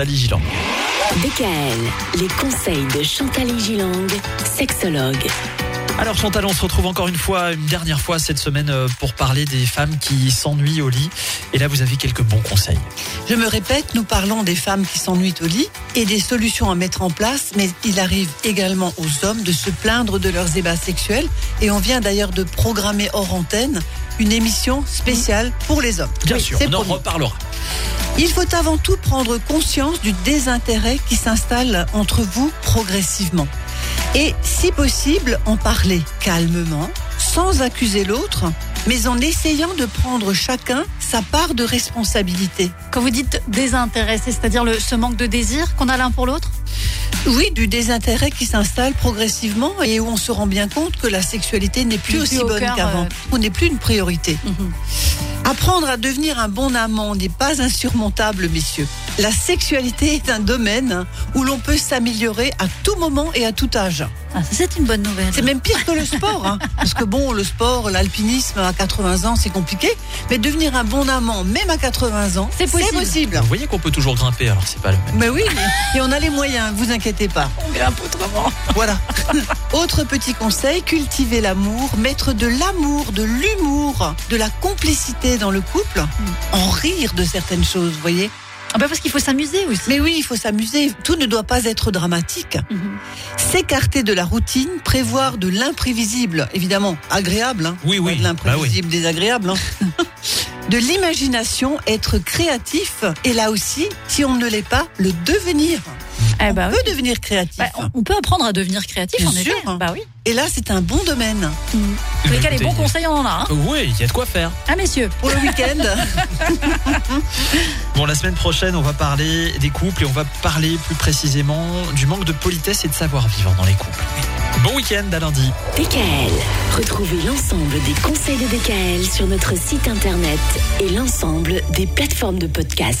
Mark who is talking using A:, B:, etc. A: Ali Gilang.
B: DKL, les conseils de Chantal Gilang, sexologue.
A: Alors Chantal, on se retrouve encore une fois, une dernière fois cette semaine euh, pour parler des femmes qui s'ennuient au lit. Et là, vous avez quelques bons conseils.
C: Je me répète, nous parlons des femmes qui s'ennuient au lit et des solutions à mettre en place, mais il arrive également aux hommes de se plaindre de leurs ébats sexuels. Et on vient d'ailleurs de programmer hors antenne une émission spéciale pour les hommes.
A: Bien
C: Oui,
A: sûr,
C: c'est
A: on en
C: promis.
A: reparlera.
C: Il faut avant tout prendre conscience du désintérêt qui s'installe entre vous progressivement. Et si possible, en parler calmement, sans accuser l'autre, mais en essayant de prendre chacun sa part de responsabilité.
D: Quand vous dites désintéressé, c'est-à-dire le- ce manque de désir qu'on a l'un pour l'autre
C: Oui, du désintérêt qui s'installe progressivement et où on se rend bien compte que la sexualité n'est plus
D: Plus
C: aussi
D: au
C: bonne
D: cœur,
C: qu'avant.
D: euh.
C: On n'est plus une priorité.
D: Mhm.
C: Apprendre à devenir un bon amant n'est pas insurmontable, messieurs. La sexualité est un domaine hein, où l'on peut s'améliorer à tout moment et à tout âge.
D: Ah, ça, C'est une bonne nouvelle.
C: C'est même pire que le sport, hein, parce que bon, le sport, l'alpinisme à 80 ans, c'est compliqué, mais devenir un bon amant, même à 80 ans,
D: C'est possible.
A: Vous voyez qu'on peut toujours grimper, alors c'est pas le même.
C: Mais oui, et on a les moyens, vous inquiétez pas.
D: On grimpe autrement.
C: Voilà. Autre petit conseil, cultiver l'amour, mettre de l'amour, de l'humour, de la complicité dans le couple,
D: Mm.
C: en rire de certaines choses, vous voyez.
D: Ah bah parce qu'il faut s'amuser aussi.
C: Mais oui, il faut s'amuser, tout ne doit pas être dramatique.
D: Mhm.
C: S'écarter de la routine, prévoir de l'imprévisible, évidemment, agréable, hein.
A: Oui,
C: Pas
A: oui.
C: de
A: Bah
C: l'imprévisible, désagréable. hein. de l'imagination, être créatif, et là aussi, si on ne l'est pas, le devenir.
D: Eh bah
C: on
D: oui.
C: peut devenir créatif.
D: Bah, on- on peut apprendre à devenir créatif,
C: Bien
D: en effet.
C: sûr.
D: Bah oui.
C: Et là, c'est un bon domaine.
D: En tous les cas, les bons
A: Écoutez,
D: conseils, on en a. Hein.
A: Euh, Oui, il y a de quoi faire.
D: Ah, messieurs.
C: Pour le week-end.
A: Bon, la semaine prochaine, on va parler des couples et on va parler plus précisément du manque de politesse et de savoir-vivre dans les couples. Bon week-end à lundi.
B: DKL, retrouvez l'ensemble des conseils de DKL sur notre site internet et l'ensemble des plateformes de podcast.